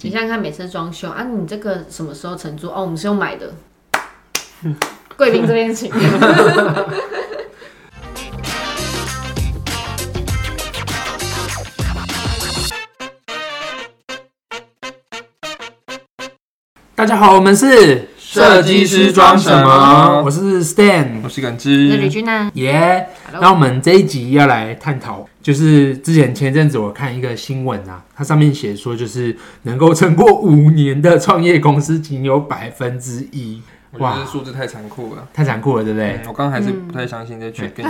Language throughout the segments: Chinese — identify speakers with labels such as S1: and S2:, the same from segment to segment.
S1: 你想想看，每次装修啊，你这个什么时候承租？哦，我们是用买的。贵宾这边 请。
S2: 大家好，我们是
S3: 设计师装什么
S2: 我是 Stan，
S3: 我是耿
S1: 那李
S3: 之，
S1: 君呢？
S2: 耶、那我们这一集要来探讨，就是之前前阵子我看一个新闻啊，它上面写说，就是能够撑过五年的创业公司仅有百分之一，
S3: 我觉得这数字太残酷了。
S2: 太残酷了，对不对
S3: 嗯？我刚刚还是不太相信这句， 跟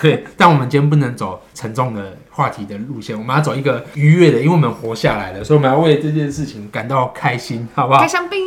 S2: 对，但我们今天不能走沉重的话题的路线，我们要走一个愉悦的，因为我们活下来了，所以我们要为这件事情感到开心，好 不好
S1: 开？香槟。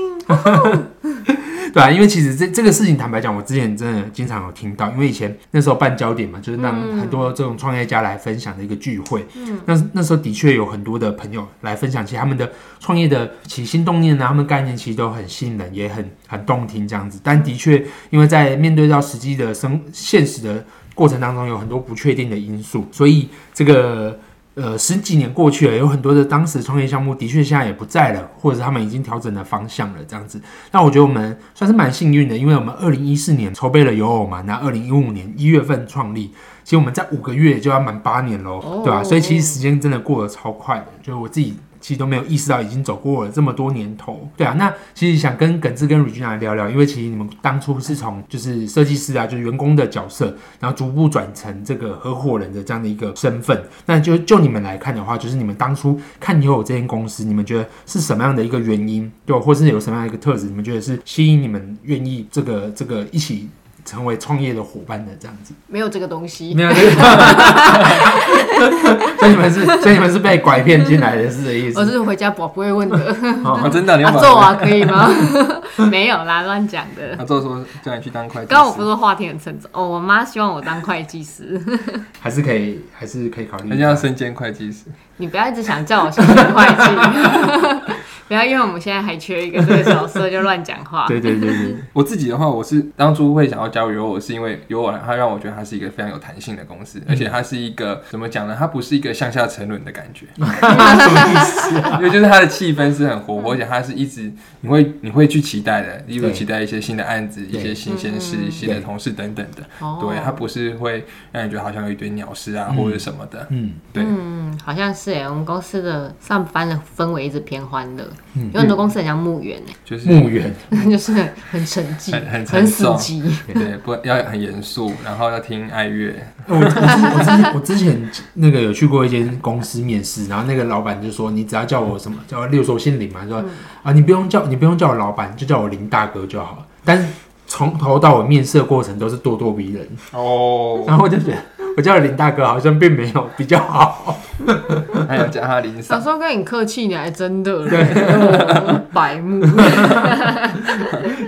S2: 对啊，因为其实这这个事情，坦白讲，我之前真的经常有听到，因为以前那时候办焦点嘛，就是让很多这种创业家来分享的一个聚会。嗯，那那时候的确有很多的朋友来分享，其实他们的创业的起心动念啊，他们概念其实都很吸引人，也很很动听这样子。但的确，因为在面对到实际的生现实的过程当中，有很多不确定的因素，所以这个呃，十几年过去了，有很多的当时创业项目的确现在也不在了，或者是他们已经调整了方向了，这样子。那我觉得我们算是蛮幸运的，因为我们二零一四年筹备了有偶嘛，那二零一五年一月份创立，其实我们在五个月就要满八年喽，
S1: 哦
S2: 对吧、所以其实时间真的过得超快的，就是我自己。其实都没有意识到已经走过了这么多年头，对啊。那其实想跟耿志跟 Regina 聊聊，因为其实你们当初是从就是设计师啊，就是员工的角色，然后逐步转成这个合伙人的这样的一个身份。那就就你们来看的话，就是你们当初看有我这间公司，你们觉得是什么样的一个原因，对，或是有什么样的一个特质，你们觉得是吸引你们愿意这个这个一起成为创业的伙伴的这样子？
S1: 没有这个东西。
S2: 没有，这个所以你们是所以你们是被拐骗进来的，是这意
S1: 我
S2: 思？
S1: 是回家宝不会问的。
S3: 啊，真的，你要
S1: 阿
S3: 把
S1: 揍啊，可以吗？ 没有啦，乱讲
S2: 啊
S1: 的。
S3: 阿宙说叫你去当会计师，
S1: 刚刚我不是说话题很沉重哦，我妈希望我当会计师。
S2: 还是可以还是可以考虑
S3: 人
S2: 一
S3: 家要
S2: 下？
S3: 身兼会计师，
S1: 你不要一直想叫我先去会计， 不要因为我们现在还缺一个这个角色就乱讲话。
S2: 对对对对，
S3: 我自己的话，我是当初会想要加入优我是因为优我它让我觉得它是一个非常有弹性的公司，而且它是一个怎么讲呢？它不是一个向下沉沦的感觉，
S2: 什么意思？
S3: 因为就是它的气氛是很活泼，而且它是一直你会你会去期待的，例如
S2: 对
S3: 期待一些新的案子、一些新鲜事、
S1: 嗯
S3: 新的同事等等的。
S1: 哦
S3: 对，
S2: 啊
S3: 它不是会让你觉得好像有一堆鸟事啊
S2: 嗯
S3: 或者什么的。
S2: 嗯，
S3: 对，
S1: 嗯，好像是哎，我们公司的上班的氛围一直偏欢乐，
S2: 嗯
S1: 有很多公司很像欸墓园
S3: 就是
S2: 墓园
S1: 哎， 就是很沉寂、
S3: 很很沉
S1: 很死
S3: 重
S1: 寂。
S3: 对，不要很严肃，然后要听爱乐。
S2: 我我之我之前我之前那个有去过一间公司面试，然后那个老板就说，你只要叫我什么，叫我例如说我姓林嘛，说、啊你不用叫你不用叫我老板，就叫我林大哥就好了。但是从头到尾面试的过程都是咄咄逼人，
S3: 哦，
S2: 然后我就觉得我叫林大哥好像并没有比较好。
S3: 还有加他铃
S1: 小
S3: 嗓，
S1: 时候跟你客气，你还真的嘞，我 白目。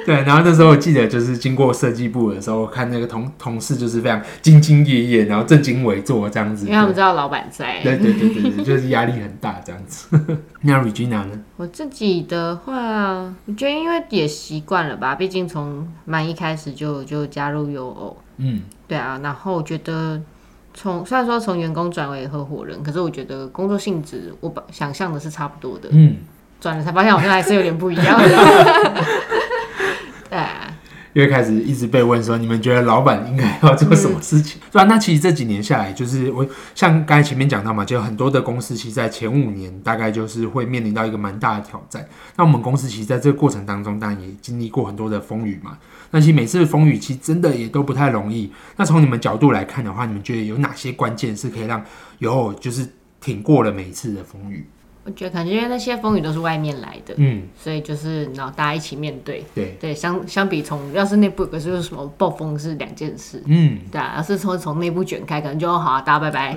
S2: 对，然后那时候我记得就是经过设计部的时候，我看那个同同事就是非常兢兢业业，然后正襟危坐这样子
S1: 因为。他们知道老板在。
S2: 对对对对对，就是压力很大这样子。 那 Regina 呢？
S1: 我自己的话，我觉得因为也习惯了吧，毕竟从蛮一开始就就加入优偶，
S2: 嗯，
S1: 对啊，然后我觉得从虽然说从员工转为合伙人，可是我觉得工作性质我把想象的是差不多的，
S2: 嗯，
S1: 转了才发现好像还是有点不一 样。对啊，
S2: 因为开始一直被问说，你们觉得老板应该要做什么事情？ 对啊，那其实这几年下来，就是我像刚才前面讲到嘛，就很多的公司其实在前五年大概就是会面临到一个蛮大的挑战。那我们公司其实在这个过程当中，当然也经历过很多的风雨嘛。那其实每次的风雨其实真的也都不太容易。那从你们角度来看的话，你们觉得有哪些关键是可以让以后就是挺过了每一次的风雨？
S1: 我觉得可能因为那些风雨都是外面来的，
S2: 嗯，
S1: 所以就是然后大家一起面对。
S2: 对，
S1: 对，相相比从要是内部有个就是什么暴风是两件事，
S2: 嗯，
S1: 对啊，要是从从内部卷开，可能就哦好、啊，大家拜拜。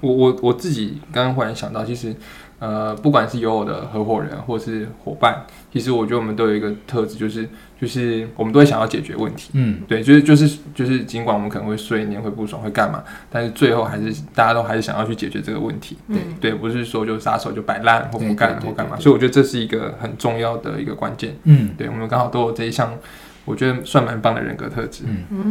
S3: 我我我自己刚刚忽然想到，其实呃，不管是有我的合伙人或是伙伴，其实我觉得我们都有一个特质，就是就是我们都会想要解决问题。
S2: 嗯，
S3: 对，就是就是就是，尽管我们可能会碎念、会不爽、会干嘛，但是最后还是大家都还是想要去解决这个问题。
S1: 嗯
S3: 对，不是说就撒手就摆烂或不干
S2: 对对对
S3: 或干嘛，
S2: 对对
S3: 所以我觉得这是一个很重要的一个关键。
S2: 嗯，
S3: 对，我们刚好都有这一项，我觉得算蛮棒的人格特质。
S2: 嗯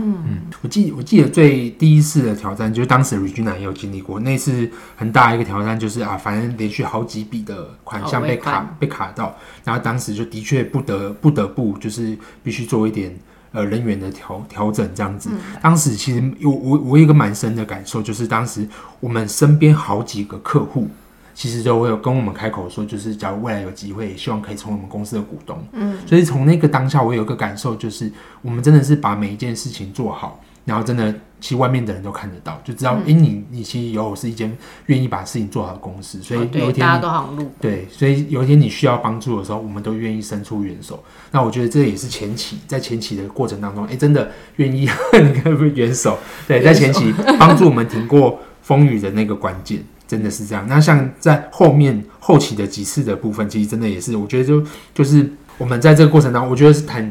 S2: 我记我记得最第一次的挑战，就是当时 Regina 也有经历过，那次很大一个挑战就是啊，反正连续好几笔的款项
S1: 哦
S2: 被
S1: 尾
S2: 卡、被卡到，然后当时就的确不得不得不就是必须做一点。呃，人员的调调整这样子，当时其实我我我有一个蛮深的感受，就是当时我们身边好几个客户，其实都会有跟我们开口说，就是假如未来有机会，也希望可以成为我们公司的股东。嗯，所以从那个当下，我有一个感受，就是我们真的是把每一件事情做好，然后真的，其实外面的人都看得到，就知
S1: 嗯
S2: 道，哎、你你其实有是一间愿意把事情做好的公司，所以
S1: 哦
S2: 有一
S1: 对，
S2: 天
S1: 大家
S2: 你
S1: 都好像录，
S2: 对，所以有一天你需要帮助的时候，我们都愿意伸出援手。那我觉得这也是前期，在前期的过程当中，哎、真的愿意 你看不是援手，对，在前期帮助我们挺过风雨的那个关键，真的是这样。那像在后面后期的几次的部分，其实真的也是，我觉得就就是我们在这个过程当中，我觉得是坦。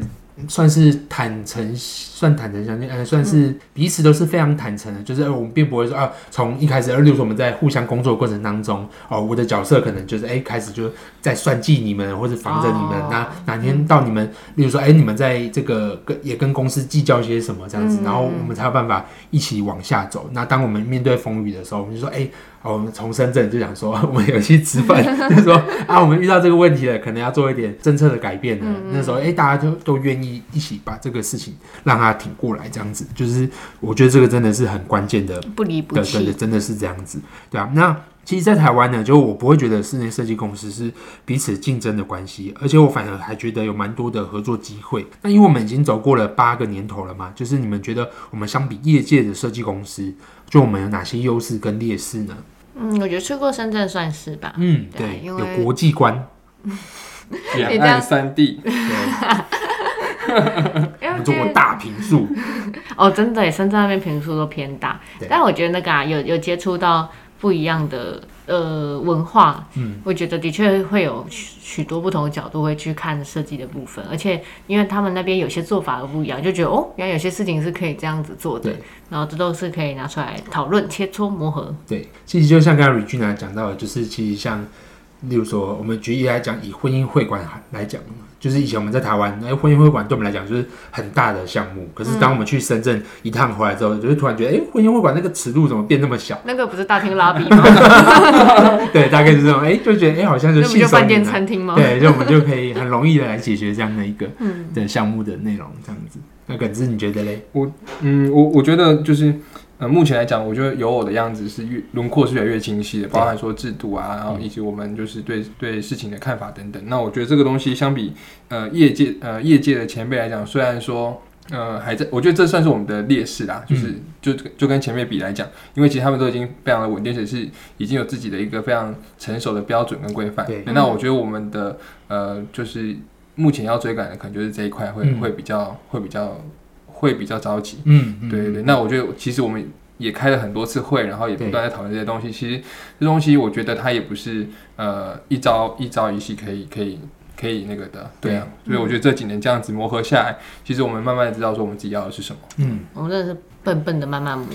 S2: 算是坦诚，算坦诚相见，呃，算是彼此都是非常坦诚的，就是、呃、我们并不会说啊，从一开始，而例如说我们在互相工作的过程当中，哦，我的角色可能就是哎、开始就在算计你们或者防着你们，
S1: 哦
S2: 那哪天到你们，例如说哎、你们在这个跟也跟公司计较些什么这样子，然后我们才有办法一起往下走。那当我们面对风雨的时候，我们就说哎、哦，我们从深圳就想说 我们有去吃饭，就说啊，我们遇到这个问题了，可能要做一点政策的改变了。那时候哎、大家就都愿意一起把这个事情让它挺过来，这样子，就是我觉得这个真的是很关键的
S1: 不离不
S2: 对对对，
S1: 弃，
S2: 真的是这样子，对啊。那其实，在台湾呢，就我不会觉得室内设计公司是彼此竞争的关系，而且我反而还觉得有蛮多的合作机会。那因为我们已经走过了八个年头了嘛，就是你们觉得我们相比业界的设计公司，就我们有哪些优势跟劣势呢？
S1: 嗯，我觉得去过深圳算是吧，
S2: 嗯，
S1: 对啊
S2: 对，
S1: 因
S2: 有
S1: 为
S2: 国际观，
S1: 这
S3: 两
S1: 样
S3: 岸三地，
S1: 因
S2: 我
S1: 为
S2: 们做过大平数，
S1: 哦，真的耶，深圳那边平数都偏大
S2: 对，
S1: 但我觉得那个啊，有有接触到不一样的呃文化，嗯，我觉得的确会有许许多不同的角度会去看设计的部分，而且因为他们那边有些做法都不一样，就觉得哦，原来有些事情是可以这样子做的
S2: 对，
S1: 然后这都是可以拿出来讨论、切磋、磨合，
S2: 对，其实就像刚才 Regina 讲到的，就是其实像，例如说，我们举例来讲，以婚姻会馆来讲，就是以前我们在台湾，哎，婚姻会馆对我们来讲就是很大的项目。可是
S1: 嗯
S2: 当我们去深圳一趟回来之后，就是突然觉得，哎，婚姻会馆那个尺度怎么变那么小？
S1: 那个不是大厅拉比吗？
S2: 对，大概是这种，哎，就觉得，哎，好像就
S1: 那不
S2: 信
S1: 就
S2: 手
S1: 饭
S2: 拈
S1: 店
S2: 来。
S1: 餐厅吗？嗯
S2: 对，就我们就可以很容易的来解决这样的一 个的项目的内容，这样子。那耿志，你觉得嘞？
S3: 嗯，我我觉得就是，呃，目前来讲，我觉得有我的样子是越轮廓是越来越清晰的，包含说制度啊，然
S2: 嗯
S3: 后以及我们就是对对事情的看法等等。那我觉得这个东西相比呃业界呃业界的前辈来讲，虽然说。呃，还在，我觉得这算是我们的劣势啦，就是、
S2: 嗯
S3: 就就跟前辈比来讲，因为其实他们都已经非常的稳定，且是已经有自己的一个非常成熟的标准跟规范。
S2: 对
S3: 那我觉得我们的呃，就是目前要追赶的，可能就是这一块会、
S2: 嗯
S3: 会比较会比较会比较着急。
S2: 嗯，嗯
S3: 对对对，那我觉得其实我们也开了很多次会，然后也不
S2: 对
S3: 断在讨论这些东西。其实这东西我觉得它也不是呃一朝一朝一夕可以可以可以那个的，对啊。所以我觉得这几年这样子磨合下来，其实我们慢慢地知道说我们自己要的是什 么。
S2: 嗯。
S1: 我们真的是笨笨的慢慢磨，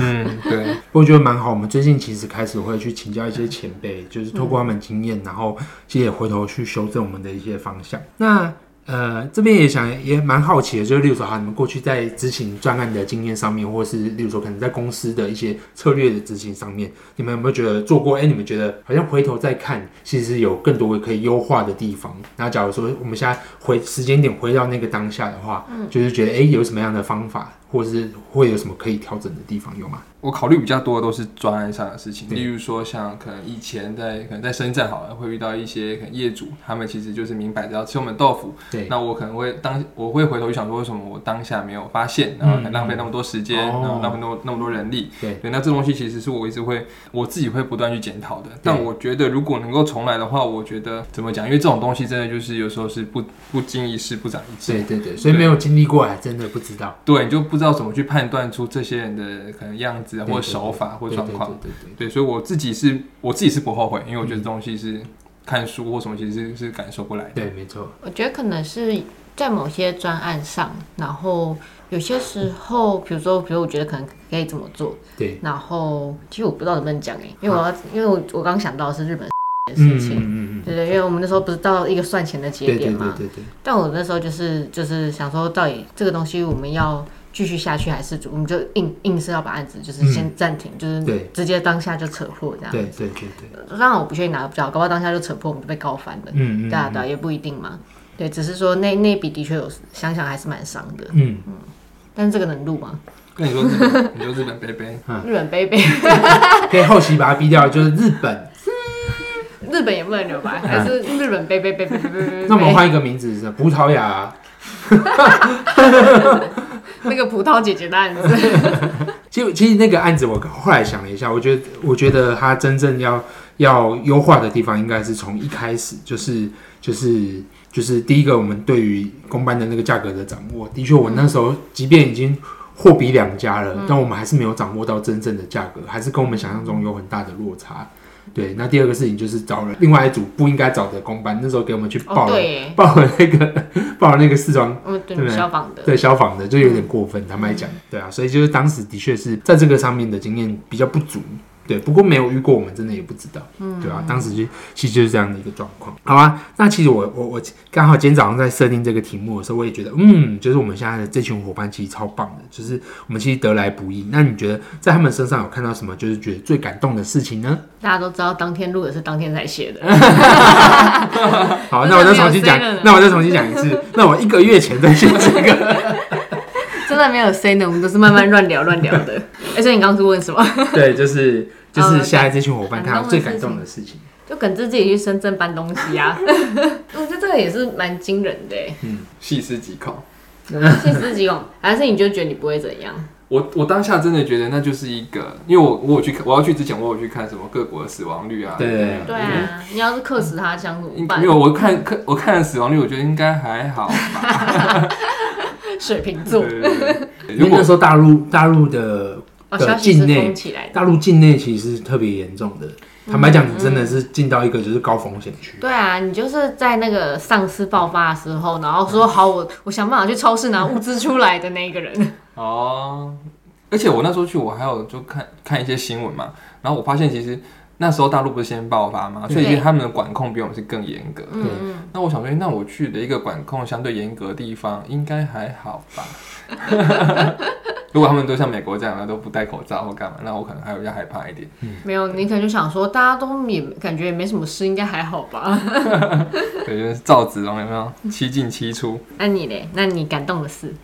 S3: 嗯，对。
S2: 我觉得蛮好。我们最近其实开始会去请教一些前辈，就是透过他们经验，然后其实也回头去修正我们的一些方向。那呃，这边也想也蛮好奇的，就是例如说，哈，你们过去在执行专案的经验上面，或是例如说，可能在公司的一些策略的执行上面，你们有没有觉得做过？哎、你们觉得好像回头再看，其实有更多可以优化的地方。那假如说我们现在回时间点回到那个当下的话，就是觉得哎、有什么样的方法，或是会有什么可以调整的地方，有吗？
S3: 我考虑比较多的都是专案上的事情，
S2: 对
S3: 例如说像可能以前在可能在深圳好了，会遇到一些可能业主，他们其实就是明摆着要吃我们豆腐，
S2: 对，
S3: 那我可能会当我会回头去想说，为什么我当下没有发现，然后还浪费那么多时
S2: 嗯
S3: 间，
S2: 嗯
S3: 然后浪费那么那么多人力。
S2: 对
S3: 那这东西其实是我一直会我自己会不断去检讨的。
S2: 对
S3: 但我觉得如果能够重来的话，我觉得怎么讲？因为这种东西真的就是有时候是不不经一事不长一智。
S2: 对对对，所以没有经历过，还真的不知道。
S3: 对，你就不知道怎么去判断出这些人的可能样子啊，
S2: 对
S3: 或者手法或
S2: 对
S3: 者
S2: 对
S3: 状况。
S2: 对对
S3: 对，所以我自己是我自己是不后悔，因为我觉得这东西是看书或什么其实是是感受不来的。
S2: 对，对没错。
S1: 我觉得可能是在某些专案上，然后有些时候，比如说，比如我觉得可能可以怎么做，
S2: 对，
S1: 然欸后其实我不知道能不能讲哎、因为我要，因为我我刚想到的是日本的
S2: 嗯
S1: 事
S2: 嗯
S1: 情，
S2: 嗯嗯，
S1: 对对，因为我们那时候不是到一个算钱的节
S2: 对对
S1: 点
S2: 对
S1: 嘛，
S2: 对对，
S1: 但我那时候就是就是想说，到底这个东西我们要继续下去，还是我们就硬硬是要把案子就是先暂停，就是
S2: 对
S1: 直接当下就扯破这样。
S2: 对对对对，
S1: 当然我不确定哪个比较好，搞不好当下就扯破，我们就被告翻了。
S2: 嗯
S1: 对
S2: 嗯
S1: 啊对啊，也不一定嘛。对，只是说那那笔的确有想想还是蛮伤的，
S2: 嗯，
S1: 但是这个能录吗？
S3: 跟你说日 本，你说日本杯杯，
S2: 啊
S1: 日本杯杯，
S2: 可以后期把它逼掉，就是日本。
S1: 日本也不能留白，还是日本杯杯杯杯杯杯杯。
S2: 那我们换一个名字是葡萄牙。
S1: 那个葡萄姐姐的案子，
S2: 其实其实那个案子，我后来想了一下，我觉得我觉得他真正要要优化的地方，应该是从一开始，就是就是就是第一个，我们对于公办的那个价格的掌握，的确，我那时候即便已经货比两家了，
S1: 嗯
S2: 但我们还是没有掌握到真正的价格，还是跟我们想象中有很大的落差。
S1: 嗯
S2: 对，那第二个事情就是找了另外一组不应该找的公办，那时候给我们去
S1: 哦
S2: 报了、
S1: 对耶，
S2: 报了那个报了那个试装
S1: 我们对
S2: 对
S1: 消防的，
S2: 对消防的就有
S1: 嗯
S2: 点过分，坦白讲，对啊，所以就是当时的确是在这个上面的经验比较不足，对，不过没有遇过，我们真的也不知道，嗯，对啊，当时就其实就是这样的一个状况，好啊，那其实我我我刚好今天早上在设定这个题目的时候，我也觉得，嗯，就是我们现在的这群伙伴其实超棒的，就是我们其实得来不易。那你觉得在他们身上有看到什么，就是觉得最感动的事情 呢？
S1: 大家都知道当天录的是当天才写的，
S2: 好，
S1: 真的
S2: 那我再重
S1: 没
S2: 新
S1: 有
S2: 讲
S1: say 了呢，
S2: 那我再重新讲一次，那我一个月前再写 这个。
S1: 真的没有 say 呢，我们都是慢慢乱聊乱聊 的。而哎且你刚刚是问什么？
S2: 对，就是就
S1: 哦
S2: 是
S1: 感
S2: 现在这群伙伴看到最
S1: 感
S2: 感
S1: 动
S2: 动
S1: 的
S2: 的事情。
S1: 就耿直自己去深圳搬东西啊， 我觉得这个也是蛮惊人的耶，
S3: 细思极恐。
S1: 细思极恐。还是你就觉得你不会怎样？
S3: 我我当下真的觉得那就是一个，因为我我有去看，我要去之前我有去看什么各国的死亡率啊，
S2: 对
S3: 怎么样
S1: 对啊，你要是克死他枪怎么
S3: 嗯因因
S1: 办
S3: 为？我看看我看了死亡率，我觉得应该还好吧。
S1: 水瓶座
S3: 对对对对
S2: 因为
S3: 如果
S2: 那时候大陆大陆的
S1: 哦，
S2: 对
S1: 消息是
S2: 境内
S1: 封起来的。
S2: 大陆境内其实是特别严重的。
S1: 嗯
S2: 坦白讲，你真的是进到一个就是高风险区。
S1: 对啊，你就是在那个丧尸爆发的时候，然后说好我我想办法去超市拿物资出来的那一个人，
S3: 哦，而且我那时候去，我还有就看看一些新闻嘛，然后我发现其实那时候大陆不是先爆发嘛，所以其
S1: 对
S3: 实他们的管控比我们是更严格。
S1: 嗯嗯，
S3: 那我想说，那我去的一个管控相对严格的地方，应该还好吧？如果他们都像美国这样，那都不戴口罩或干嘛，那我可能还有要害怕一点。
S1: 没有，你可能就想说大家都也感觉也没什么事，应该还好吧？
S3: 对，就是赵子龙有没有七进七出？
S1: 那你嘞？那你感动的事？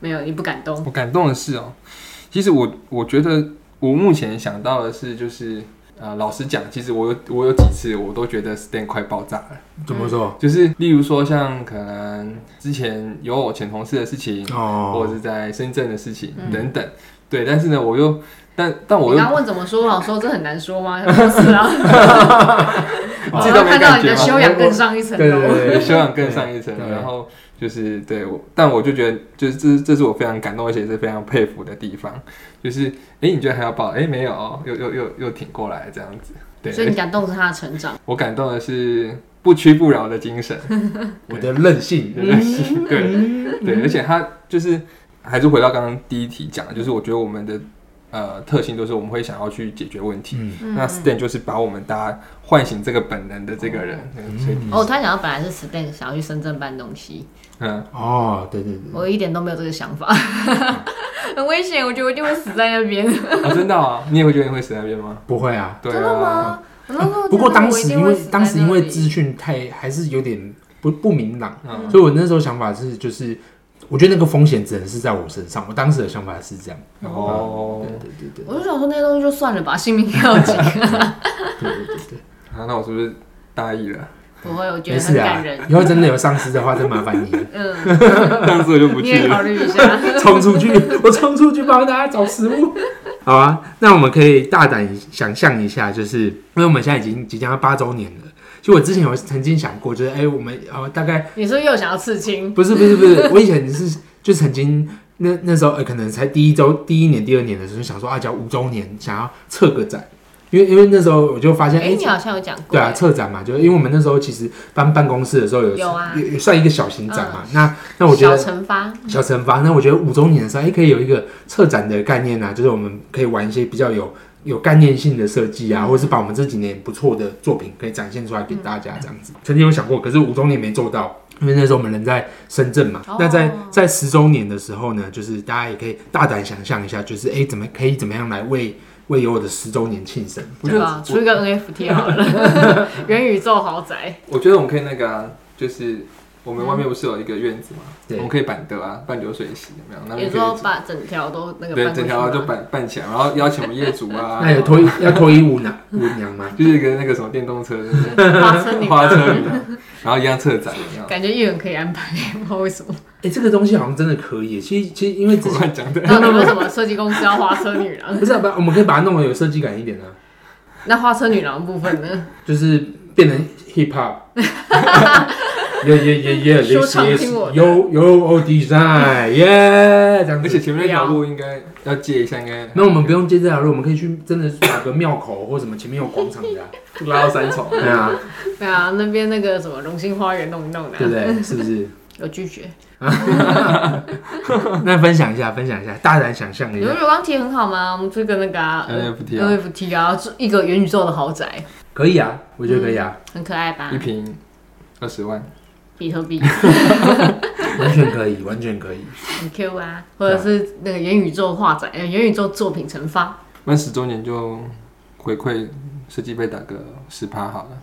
S1: 没有，你不感动。
S3: 我感动的是哦，其实我我觉得我目前想到的是，就是呃，老实讲，其实我有我有几次我都觉得 Stan 快爆炸了，
S2: 怎么说？
S3: 就是例如说像可能之前有我前同事的事情，
S1: 嗯
S3: 或者
S2: 哦，
S3: 是在深圳的事情、等等，对，但是呢，我又但但我
S1: 你
S3: 又
S1: 刚问怎么说，我想说这很难说吗？不是 啊，
S3: 自
S1: 我
S3: 己
S1: 都看
S3: 都没
S1: 到
S3: 感
S1: 你的
S3: 觉
S1: 修
S3: 嘛。
S1: 养更上一层
S2: 对对
S1: 楼。
S2: 对
S3: 对，
S2: 对，
S3: 修养更上一层
S2: 对，对
S3: 然后就是对我，但我就觉得，就是这这是我非常感动，而且是非常佩服的地方，就是哎、诶你觉得还要抱，哎、没有哦，又又又又挺过来这样子，对，
S1: 所以你感动是他的成长。
S3: 我感动的是不屈不挠的精神，
S2: 我的任性，
S1: 嗯
S3: 对对对，而且他就是还是回到刚刚第一题讲的，就是我觉得我们的呃特性都是我们会想要去解决问题，
S2: 嗯，
S1: 嗯
S3: 那 Stan 就是把我们大家唤醒这个本能的这个人，嗯所以
S1: 哦，他想要本来是 Stan 想要去深圳搬东西，
S3: 嗯，
S2: 哦，对对对，
S1: 我一点都没有这个想法， 很危险，我觉得我一定会死在那边。
S3: 啊真的啊，你也会觉得你会死在那边吗？
S2: 不会啊。
S3: 对
S1: 真的
S3: 啊。
S1: 吗？我那时候
S2: 不过
S1: 觉得
S2: 当
S1: 我一
S2: 时
S1: 定
S2: 因
S1: 会
S2: 为
S1: 死在
S2: 当时因
S1: 那
S2: 为
S1: 里
S2: 资讯太还是有点不不明朗，
S3: 嗯
S2: 所以我那时候想法是就是，我觉得那个风险只能是在我身上。我当时的想法是这样。
S3: 哦，
S2: 对对对
S1: 我就想说那些东西就算了吧，性命要 紧。
S2: 对对对对。
S3: 啊，那我是不是大意 了？
S1: 不会，我觉
S2: 没
S1: 得
S2: 事
S1: 很
S2: 啊
S1: 感人，。
S2: 以后真的有丧尸的话，再麻烦你了
S1: 嗯，
S3: 上次我就不
S1: 你
S3: 去
S1: 也
S3: 了。
S1: 考虑一下。
S2: 冲出去，我冲出去帮大家找食物。好啊，那我们可以大胆想象一下，就是因为我们现在已经即将要八周年了。就我之前有曾经想过，就是哎、我们呃大概
S1: 你是不是又想要刺青？
S2: 不是不是不 是，我以前是就曾经那那时候呃可能才第一周、第一年、第二年的时候，就想说啊，只要五周年，想要测个展，因为因为那时候我就发现哎、
S1: 哎，你好像有讲过。
S2: 对啊，策展嘛，就是因为我们那时候其实搬办公室的时候有
S1: 有啊嗯
S2: 有算一个小型展嘛。那那我觉得
S1: 小惩罚，
S2: 小惩罚。那我觉得五周年的时候，哎、可以有一个策展的概念啊，就是我们可以玩一些比较有有概念性的设计啊，或者是把我们这几年不错的作品可以展现出来给大家这样子。曾经有想过，可是五周年没做到。因为那时候我们人在深圳嘛，
S1: 哦
S2: 那在在十周年的时候呢，就是大家也可以大胆想象一下，就是哎、诶怎么可以怎么样来为为有我的十周年庆生？
S3: 我觉
S1: 对
S3: 得
S1: 吧？
S3: 我
S1: 出一个 NFT 好了， 元宇宙豪宅，
S3: 我觉得我们可以那个、啊，就是我们外
S1: 嗯
S3: 面不是有一个院子嘛，
S2: 对
S3: 我们可以板凳啊，办流水席有没有？那
S1: 有
S3: 边
S1: 时候
S3: 可以
S1: 把整条都那个
S3: 对
S1: 搬过
S3: 整
S1: 去
S3: 条
S1: 嘛
S3: 就办办起来，然后邀请我们业主啊，
S2: 那有脱 衣要脱衣舞娘舞娘吗？
S3: 就是跟那个什么电动车、
S1: 花车女郎
S3: 花车一样，然后一样策展一 样。
S1: 感觉议员可以安排，不知道为什 么。
S2: 哎、这个东西好像真的可以耶。其实其实因为之
S3: 我
S2: 前
S3: 乱讲的，
S1: 到底为什么设计公司要花车女郎？
S2: 不是、啊、把我们可以把它弄得有设计感一点啊，
S1: 那花车女郎的部分呢？
S2: 就是变成 hip hop。也也也也
S1: 说
S2: ，this
S1: 唱
S2: is
S1: 听我的
S2: your your design，耶、 这样子
S3: 而且。前面那条路应该要借一下，应该
S2: 那我们不用接这条路，我们可以去真的找个庙口或什么前面有广场的、啊，
S3: 拉到三重。
S2: 对啊，
S1: 对啊，那边那个什么荣兴花园弄一弄的
S2: 对不
S1: 啊，
S2: 对？是不是？
S1: 有拒绝。
S2: 那分享一下，分享一下，大胆想象一
S1: 有
S2: 下，
S1: 有钢铁很好吗？我们这个那个啊
S3: NFT 啊
S1: NFT 啊，是一个元宇宙的豪宅，
S2: 可以啊，我觉得可以啊，
S1: 很可爱吧
S3: 一？瓶二十万，
S1: 比特币
S2: 完全可以，完全可以。
S1: 很 Q 啊，或者是那个元宇宙画展，呃元宇宙作品成发，
S3: 满十周年就回馈设计费打个十趴好了。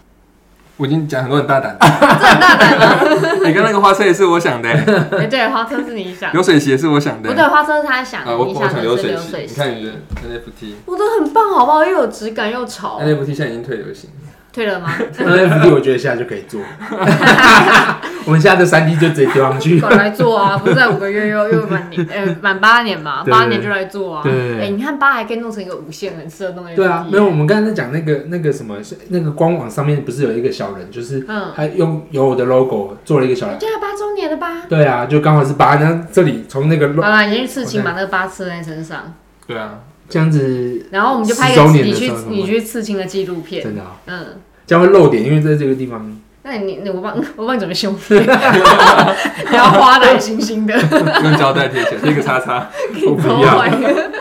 S3: 我已经讲很多很 大胆，
S1: 这很大胆吗？
S3: 你跟那个花车也是我想的、欸
S1: 哎对，花车是你想，
S3: 流水席也是我想的、欸
S1: 不对，花车是他想
S3: 啊，，我
S1: 你
S3: 我
S1: 想
S3: 想
S1: 的
S3: 流
S1: 是
S3: 水
S1: 流
S3: 席，
S1: 水
S3: 你
S1: 席。
S3: 看你的 NFT。
S1: 我都很棒，好不好？又有质感又潮，
S3: NFT 现在已经退流行，
S1: 退了吗？
S2: NFT 我觉得现在就可以 做， 我们现在的三 D 就直接丢上去。
S1: 搞来做 啊，不是在五个月又又满年，呃，满八年嘛，
S2: 对
S1: 八年就来做啊。
S2: 对对对
S1: 哎，你看八还可以弄成一个无限，很适合弄 NFT。
S2: 对啊，没有，我们刚才在讲那个那个什么，那个官网上面不是有一个小人，就是
S1: 嗯，
S2: 他用有我的 logo 做了一个小人。
S1: 对啊，八周年了吧？
S2: 对啊，就刚好是把那这里从那个 lo-
S1: 好啦，你去刺青把那个八刺在身上，
S3: 对啊，
S2: 这样子，
S1: 然后我们就拍一
S2: 10周
S1: 个
S2: 年
S1: 你
S2: 的
S1: 去
S2: 时候
S1: 你去刺青的纪录片。
S2: 真的、啊，
S1: 嗯，
S2: 这样会漏点，因为在这个地方
S1: 那你你我帮我帮你准备胸贴，你要花的还是星星的，
S3: 用胶带贴起来，贴个叉叉。
S2: 我不
S1: 超
S2: 要。
S1: 坏的，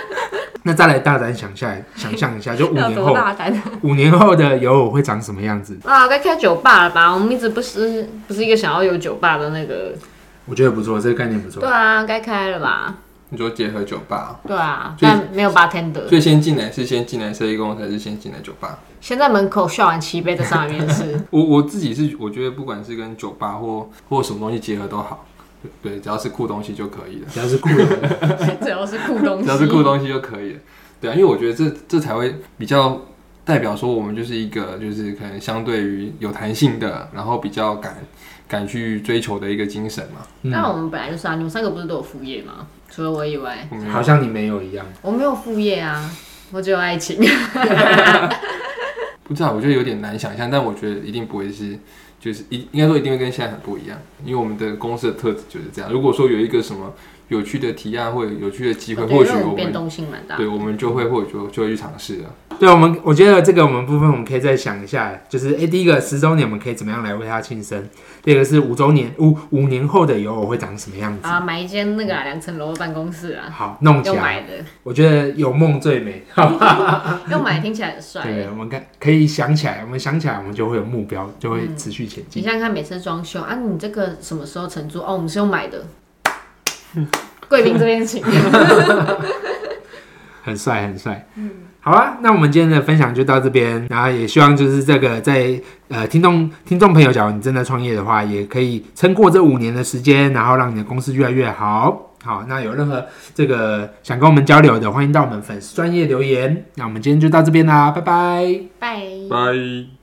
S2: 那再来大胆想下来，想象一下，就五
S1: 要
S2: 年
S1: 多
S2: 后，
S1: 大胆？
S2: 五年后的有我会长什么样子？
S1: 啊，该开酒吧了吧？我们一直不是不是一个想要有酒吧的那个，
S2: 我觉得不错，这个概念不错
S1: 对。啊，该开了吧？
S3: 你说结合酒 吧，
S1: 对啊，
S3: 所以
S1: 但没有 bartender。
S3: 最先进来是先进来设计公司，还是先进来酒吧？
S1: 先在门口笑完七杯，再上来面 试。
S3: 我我自己是我觉得不管是跟酒吧或或什么东西结合都好，对对，只要是酷东西就可以了，
S2: 只要是酷 的，
S1: 只要是酷东西，
S3: 只要是酷东西就可以了。对啊，因为我觉得这这才会比较代表说我们就是一个就是可能相对于有弹性的，然后比较敢敢去追求的一个精神嘛。
S1: 但
S2: 嗯，
S1: 我们本来就是啊，你们三个不是都有副业吗？除了我以外，
S3: 我们
S2: 好像你没有一样。
S1: 我没有副业啊，我只有爱情。
S3: 不知道，我觉得有点难想象，但我觉得一定不会是，就是一应该说一定会跟现在很不一样，因为我们的公司的特质就是这样。如果说有一个什么有趣的提案或者有趣的机会，
S1: 哦对
S3: 或许
S1: 因为
S3: 我
S1: 变
S3: 们
S1: 动性蛮大。
S3: 对我们就会或者就就会去尝试了。
S2: 对，我们我觉得这个我们部分我们可以再想一下，就是哎，第一个十周年我们可以怎么样来为它庆生？第二个是五周年五五年后的有我会长什么样子？
S1: 啊，买一间那个啊两层楼的办公室啊，
S2: 好，弄起
S1: 用
S2: 来，
S1: 买 的，
S2: 我觉得有梦最美。
S1: 用买听起来很帅
S2: 对，。我们看可以想起来，我们想起来，我们就会有目标，就
S1: 嗯
S2: 会持续前
S1: 你
S2: 进。
S1: 想想看，每次装修啊，你这个什么时候承租？哦，我们是用买的。贵宾这边 请。
S2: 很帅，很帅。嗯，好啊，那我们今天的分享就到这边，然后也希望就是这个在呃听众听众朋友，假如你正在创业的话，也可以撑过这五年的时间，然后让你的公司越来越好。好，那有任何这个想跟我们交流的，欢迎到我们粉丝专业留言。那我们今天就到这边啦，拜拜。
S1: 拜。
S3: 拜。